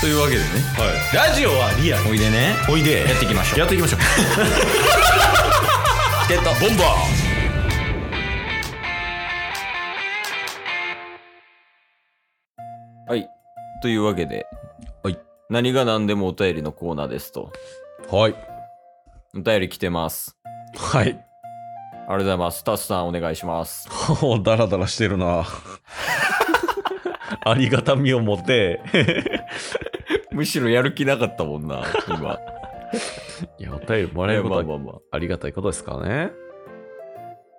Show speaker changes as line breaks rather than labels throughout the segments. というわけでね
ラジオはリアル
おいでね
おいで
やっていきましょう
やっていきましょう
チケットボンバーはいというわけで、
はい、
何が何でもお便りのコーナーですと
はい
お便り来てます
は
あ
い
りがとうございますタスさんお願いします
ほうダラダラしてる なありがたみを持って
むしろやる気なかったもんな今
いやお便り も
あ
らえるこ
まあ
と
ま
は
あまあ
ありがたいことですからね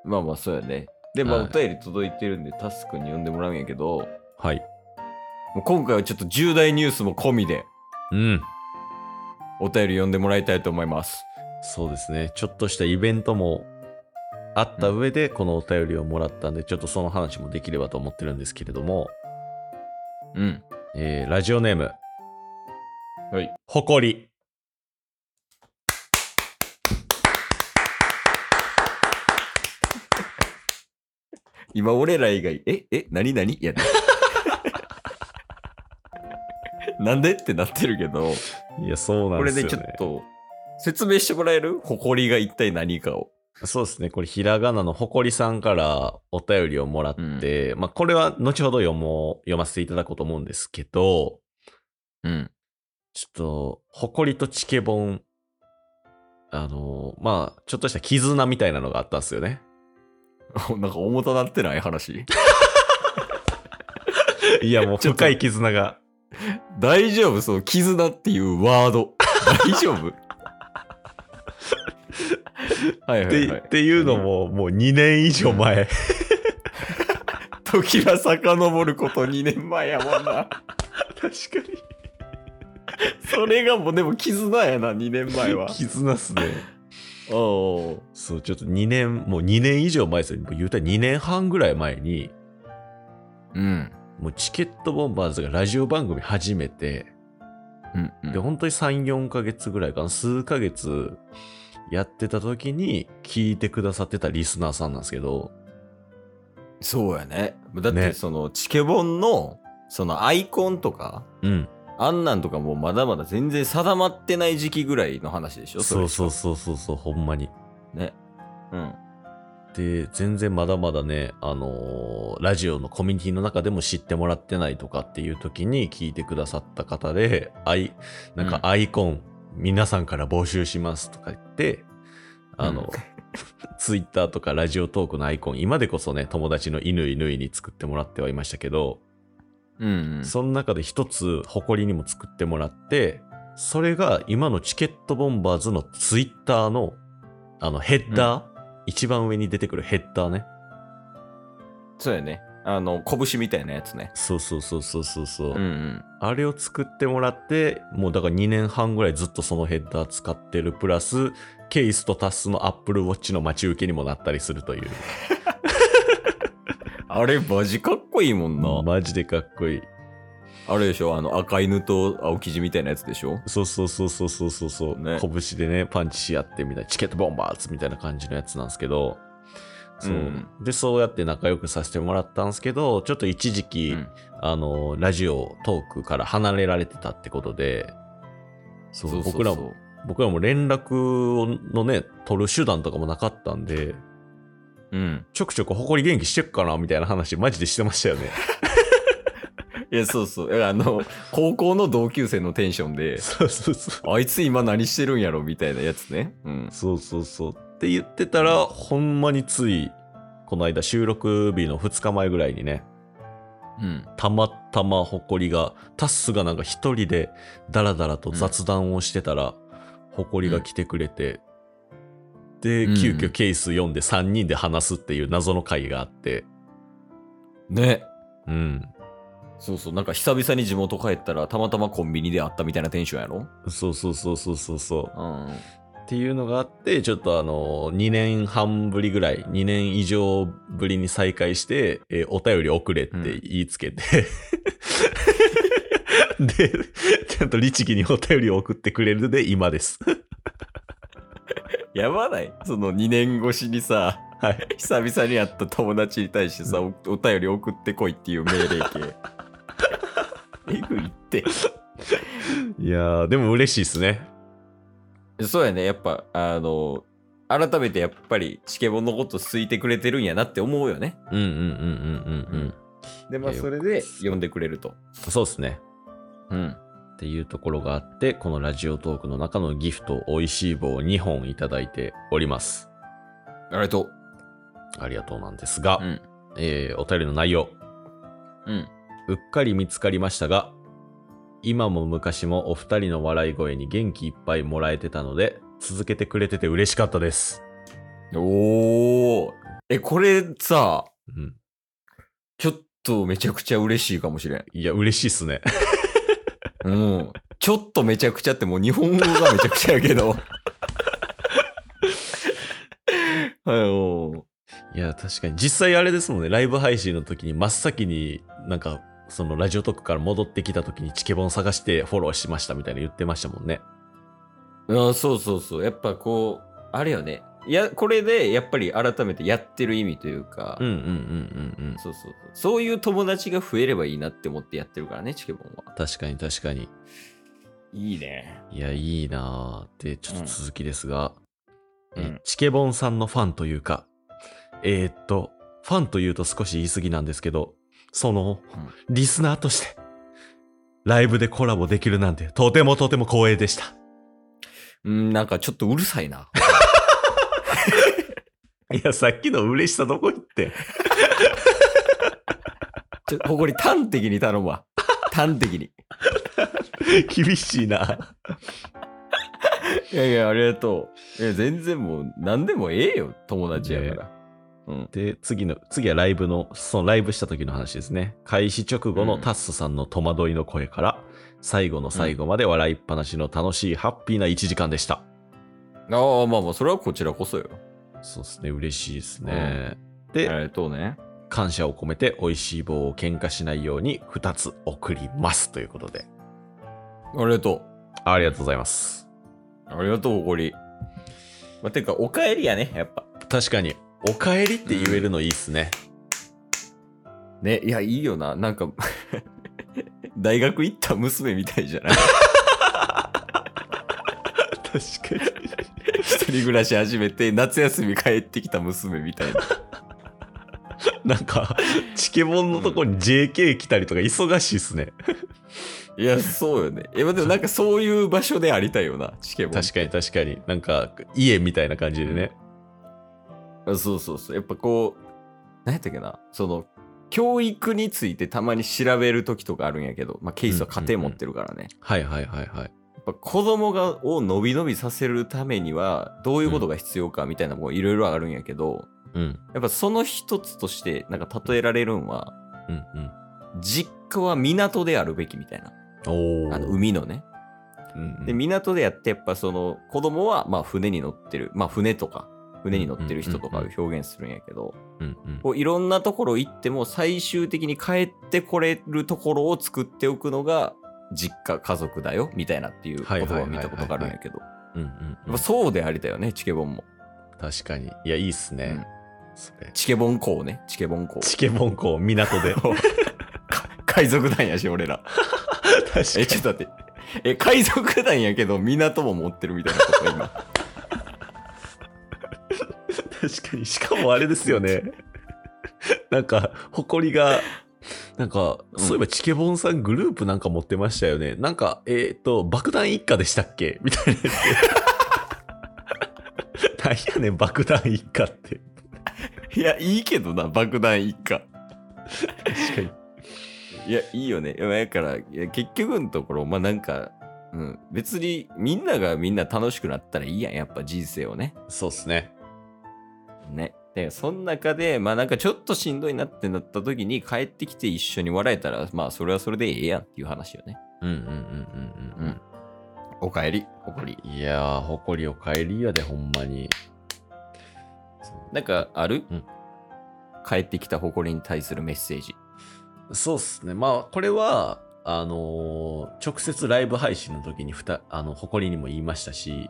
まあまあそうやねでまあ
は
お
い
便り届いてるんで、タスくんに読んでもらうんやけど
はい
もう今回はちょっと重大ニュースも込みで
うん
お便り読んでもらいたいと思います
そうですねちょっとしたイベントもあった上でこのお便りをもらったんでちょっとその話もできればと思ってるんですけれども、
うん
えーラジオネーム
はい
ほこり
今俺ら以外、え、え、なになに やね。なんでってなってるけど、
いやそうな
こ
んで
れ
す
で
よ、ね、
ちょっと説明してもらえる埃が一体何かを。
そうですね、これ、ひらがなのほこりさんからお便りをもらって、まあ、これは後ほど読もう読ませていただこうと思うんですけど、
うん。
ちょっと、ほこりとチケボン、あの、まあ、ちょっとした絆みたいなのがあったんですよね。
なんか重たなってない話。
いや、もう
ちょっと
深い絆が。
大丈夫その絆っていうワード。大丈 夫はい
っ
は
て
い、はい
っ。ていうのも、もう2年以上前。
時は遡ること2年前やもん な。
確かに。。
それがもうでも絆やな、2年前は
絆っすね。
おお
そう、ちょっと2年、もう2年以上前ですよ。もう言うたら2年半ぐらい前に、
う。うん。
もうチケットボンバーズがラジオ番組始めて、
うん、うん
で、本当に3、4ヶ月ぐらいかな、数ヶ月やってた時に聞いてくださってたリスナーさんなんですけど、
そうやね。だっ
ね
てその、チケボンのそのアイコンとか、
うん。
あんなんとかもうまだまだ全然定まってない時期ぐらいの話でしょ。
そうそううそうそうそう、ほんまに。
ね。うん。
で、全然まだまだね、あのーラジオのコミュニティの中でも知ってもらってないとかっていう時に聞いてくださった方で、アイ、なんか
うん
アイコン、皆さんから募集しますとか言って、あの、
うん
ツイッターとかラジオトークのアイコン、今でこそね、友達の犬犬に作ってもらってはいましたけど、
うん、
その中で一つ誇りにも作ってもらって、それが今のチケットボンバーズのツイッターのあのヘッダー、一番上に出てくるヘッダーね。
そうやね。あの、拳みたいなやつね。
そうそうそうそうそうそう、
うんうん。
あれを作ってもらって、もうだから2年半ぐらいずっとそのヘッダー使ってる。プラス、ケイスとタスのアップルウォッチの待ち受けにもなったりするという。
あれ、マジかっこいいもんな。
マジでかっこいい。
あれでしょあの、赤犬と青生地みたいなやつでしょ
そうそうそうそうそうそうそう、
ね
拳でねパンチし合ってみたいなチケットボンバーズみたいな感じのやつなんですけどそう、
うん
でそうやって仲良くさせてもらったんですけどちょっと一時期、
うん
あのラジオトークから離れられてたってことでそう僕らも。僕らも連絡をのね取る手段とかもなかったんで
うん。
ちょくちょく誇り元気してっかなみたいな話マジでしてましたよね
いや、そうそう。あの、高校の同級生のテンションで、
そうそうそう
あいつ今何してるんやろみたいなやつね。うん。
そうそうそう。って言ってたら、ほんまについ、この間収録日の2日前ぐらいにね、
うん。
たまたま埃が、タッスがなんか一人でダラダラと雑談をしてたら、埃が来てくれて、で、
うん
急遽ケース読んで3人で話すっていう謎の会があって、
ね。
うん。
そうそう、なんか久々に地元帰ったら、たまたまコンビニで会ったみたいなテンションやろ
そうそうそうそうそうそう。
うん。
っていうのがあってちょっとあの2年半ぶりぐらい2年以上ぶりに再会して、えーお便り送れって言いつ けて、でちゃんと律儀にお便りを送ってくれるで今です
やばないその2年越しにさ、
はい
久々に会った友達に対してさ、おお便り送ってこいっていう命令系。えぐいって。
いやーでも嬉しいですね。
そうやね、やっぱ、あの、改めてやっぱり、チケボンのこと好いてくれてるんやなって思うよね。
うんうんうんうんうん
で、まあ、
いや
それで呼んでくれると。
うん。そうですね。
うん。
っていうところがあって、このラジオトークの中のギフト、美味しい棒2本いただいております。
ありがとう。
ありがとうなんですが、
うん。
えーお便りの内容、
うん。
うっかり見つかりましたが、今も昔もお二人の笑い声に元気いっぱいもらえてたので、続けてくれてて嬉しかったです。
おー。え、これさ、
うん。
ちょっとめちゃくちゃ嬉しいかもしれん。
いや、嬉しいっすね。
うん。ちょっとめちゃくちゃってもう日本語がめちゃくちゃやけど。 はい
や、確かに。実際あれですもんね。ライブ配信の時に真っ先になんか、そのラジオトークから戻ってきた時にチケボン探してフォローしましたみたいな言ってましたもんね。
い。あそうそうそう。やっぱこう、あれよね。いや、これでやっぱり改めてやってる意味というか、
うんうんうんうんうん。
そうそうそう。そういう友達が増えればいいなって思ってやってるからね、チケボンは。
確かに確かに。
いいね。
いや、いいなぁ。で、ちょっと続きですが、
うん
え
うん
チケボンさんのファンというか、えーっと、ファンというと少し言い過ぎなんですけど、その、リスナーとして、ライブでコラボできるなんて、とてもとても光栄でした。
うん、なんかちょっとうるさいな。
いや、さっきの嬉しさどこ行 って。
ちょここに端的に頼むわ。端的に。
厳しいな。
いやいや、ありがとう。いや、全然もう、何でもええよ、友達やから。うん。
で、次の、次はライブの、そのライブした時の話ですね。開始直後のタッスさんの戸惑いの声から、最後の最後まで笑いっぱなしの楽しい、ハッピーな1時間でした。
ああ、まあまあ、それはこちらこそよ。
そうですね、嬉しいですね。で、
ありがとうね。
感謝を込めて美味しい棒を喧嘩しないように2つ送りますということで、
ありがと
ありがとうございます。
う。ありがとう、おごり。まあ、てか、おかえりやね、やっぱ。
確かに、おかえりって言えるのいいっすね。
ね、いや、いいよな。なん か、大学行った娘みたいじゃない
確かに。
一人暮らし始めて、夏休み帰ってきた娘みたいな。
なんか、チケボンのとこに JK 来たりとか忙しいっすね。
いや、そうよね。いや、まあでもなんかそういう場所でありたいよな、チケボン。
確かに確かに。なんか、家みたいな感じでね。
あそうそうそう。やっぱこう、何やったっけな、その、教育についてたまに調べる時とかあるんやけど、まあ、ケースは家庭持ってるからね。
はいはいはいはい。
やっぱ子供がを伸び伸びさせるためには、どういうことが必要かみたいなもういろいろあるんやけど、
うん。
やっぱその一つとして、なんか例えられるんは、
うんうん。
実家は港であるべきみたいな。
おー。
あの、海のね。
うんうん
で、港でやって、やっぱその、子供は、まあ、船に乗ってる、まあ、船とか、船に乗ってる人とかを表現するんやけど、
うんうん
こういろんなところ行っても最終的に帰ってこれるところを作っておくのが実家家族だよみたいなっていう
はい
言
はい
葉
は
を見
いはいはい
たことがあるんやけどや
うんうんう
っ
ん
ぱそうでありだよねチケボンも
確かに。いや、いいっすね。それ
チケボン校ねチケボン校
チケボン港、港で。
か海賊団やし俺 ら
確か
えちょっと待ってえ海賊団やけど港も持ってるみたいなこと今
確かに。しかもあれですよね。 なんか、誇りが、なんか、
うん
そういえばチケボンさんグループなんか持ってましたよね。なんか、えっ、と、爆弾一家でしたっけみたいなやつ。 なんやねん、爆弾一家って。
いやいいけどな爆弾一家
確かに。
いや、いいよね。いやだから、いや結局のところ、まあなんか、うん、別にみんながみんな楽しくなったらいいやん、やっぱ人生をね。
そうっすね。
ね。で、その中で、まあなんかちょっとしんどいなってなった時に帰ってきて一緒に笑えたら、まあそれはそれでええやんっていう話よね。
うんうんうんうんうんうん。
おかえり、おこり。
いやー、誇りを帰りやで、ほんまに。
なんかある、
うん
帰ってきた誇りに対するメッセージ。
そうっすね。まあ、これは、あのー直接ライブ配信の時にふた、あの、誇りにも言いましたし、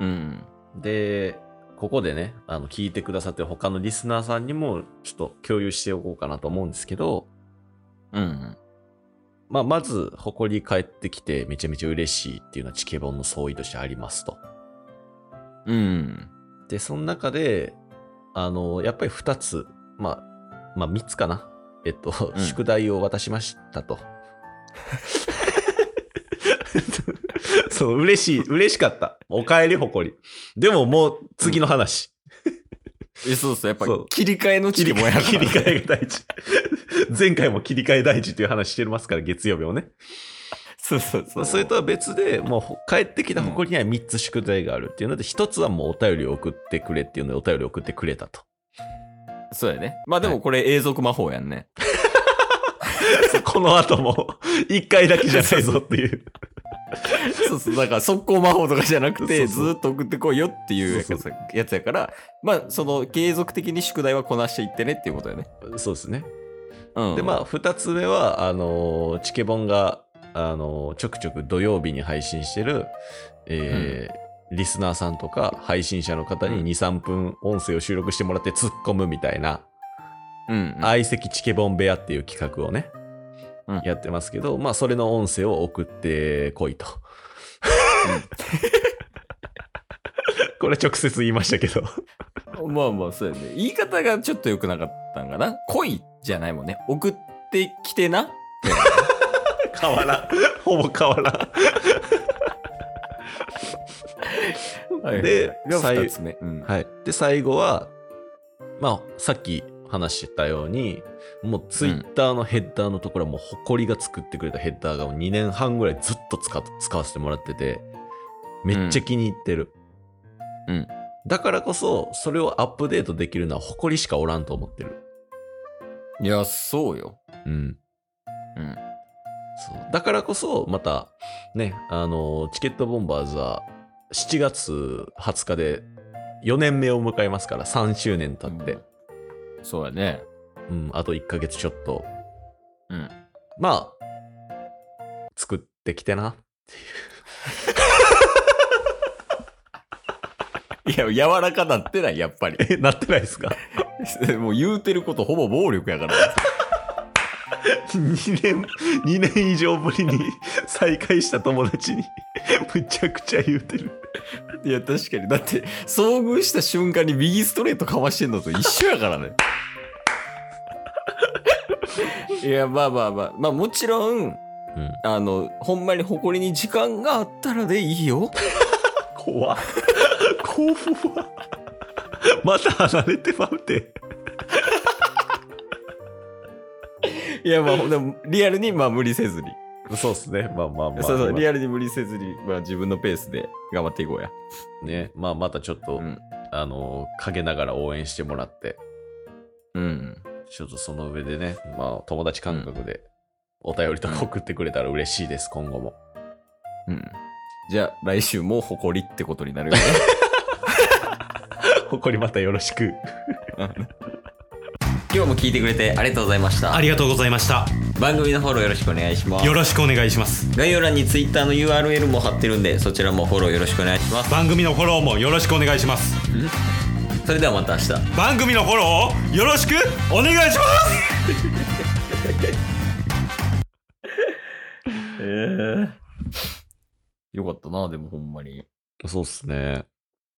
うん。
で、ここでね、あの、聞いてくださってる他のリスナーさんにも、ちょっと共有しておこうかなと思うんですけど、
うん。
まあ、まず、誇り帰ってきてめちゃめちゃ嬉しいっていうのはチケボンの総意としてありますと。
うん。
で、その中で、あの、やっぱり2つ、まあ、まあ3つかな。えっと、
うん
宿題を渡しましたと。 そう、嬉しい、嬉しかった。お帰り誇り。でももう次の話。
えそうそう、やっぱ
そう
切り替えの
切
地
り
でもや
替
か
え、
ら
切り替えが大事。前回も切り替え大事という話してますから、月曜日をね。
そうそうそ。
そうそれとは別で、もうほ帰ってきた誇りには3つ宿題があるっていうので、1つはもうお便りを送ってくれっていうので、お便りを送ってくれたと。
そうやね。まあでもこれ永続魔法やん ね。
この後 も、1回だけじゃないぞっていう。
そうそう、だから速攻魔法とかじゃなくて、
そ
ず
うそう
ーっと送ってこいよっていうやつ
そう
やつやから、まあその継続的に宿題はこなしていってねっていうことやね。
そうですね。
うん。
で、まあ、2つ目は、あのーチケボンが、あのーちょくちょく土曜日に配信してる、えーリスナーさんとか配信者の方に
うん
2、3分音声を収録してもらって突っ込むみたいな、
うん、うん。
相席チケボン部屋っていう企画をね、
うん
やってますけど、まあ、それの音声を送ってこいと。 これ直接言いましたけど。
まあまあ、そうやね。言い方がちょっと良くなかったんかな。恋じゃないもんね。送ってきてな。
変わらん。ほぼ変わら
はい
ん。で、
が
さい
2つ目。うん。
はい。で、最後は、まあ、さっき話してたように、もうツイッターのヘッダーのところはもう、誇りが作ってくれたヘッダーがもう2年半ぐらいずっと使っ使わせてもらってて、めっちゃ気に入ってる。
うんうん
だからこそ、それをアップデートできるのは誇りしかおらんと思ってる。
いや、そうよ。
うん。
うん。
そうだからこそ、また、ね、あの、チケットボンバーズは、7月20日で4年目を迎えますから、3周年経って。
そうやね。
うん、あと1ヶ月ちょっと。
うん。
まあ、作ってきてな。
いや、柔らかなって ない、やっぱり。
え、なってないですか
もう言うてることほぼ暴力やから。
?2 年、二年以上ぶりに再会した友達に、むちゃくちゃ言うてる。
いや、確かに。だって、遭遇した瞬間に右ストレートかましてんのと一緒やからね。いや、まあまあまあ。まあもちろん、
うん。
あの、ほんまに誇りに時間があったらでいいよ。
怖怖また離れてまうて。
いや、まあ、でもリアルに、まあ無理せずに。
そうっすね。まあまあまあ。
そうそう、
まあ
リアルに無理せずに、まあ自分のペースで頑張っていこうや。
ね。まあまたちょっと、
うん
あの、陰ながら応援してもらって。
うん。
ちょっとその上でね、まあ、友達感覚でお便りとか送ってくれたら嬉しいです、今後 も。
うん。じゃあ、来週も誇りってことになるよね。
誇りまたよろしく。
今日も聞いてくれてありがとうございました。
ありがとうございました。
番組のフォローよろしくお願いします
よ。ろしくお願いします。
概要欄に Twitter の URL も貼ってるんでそちらもフォローよろしくお願いします
番組のフォローもよろしくお願いします。
それではまた明日
番組のフォローをよろしくお願いします
よかったなでもほんまに
そうっすね。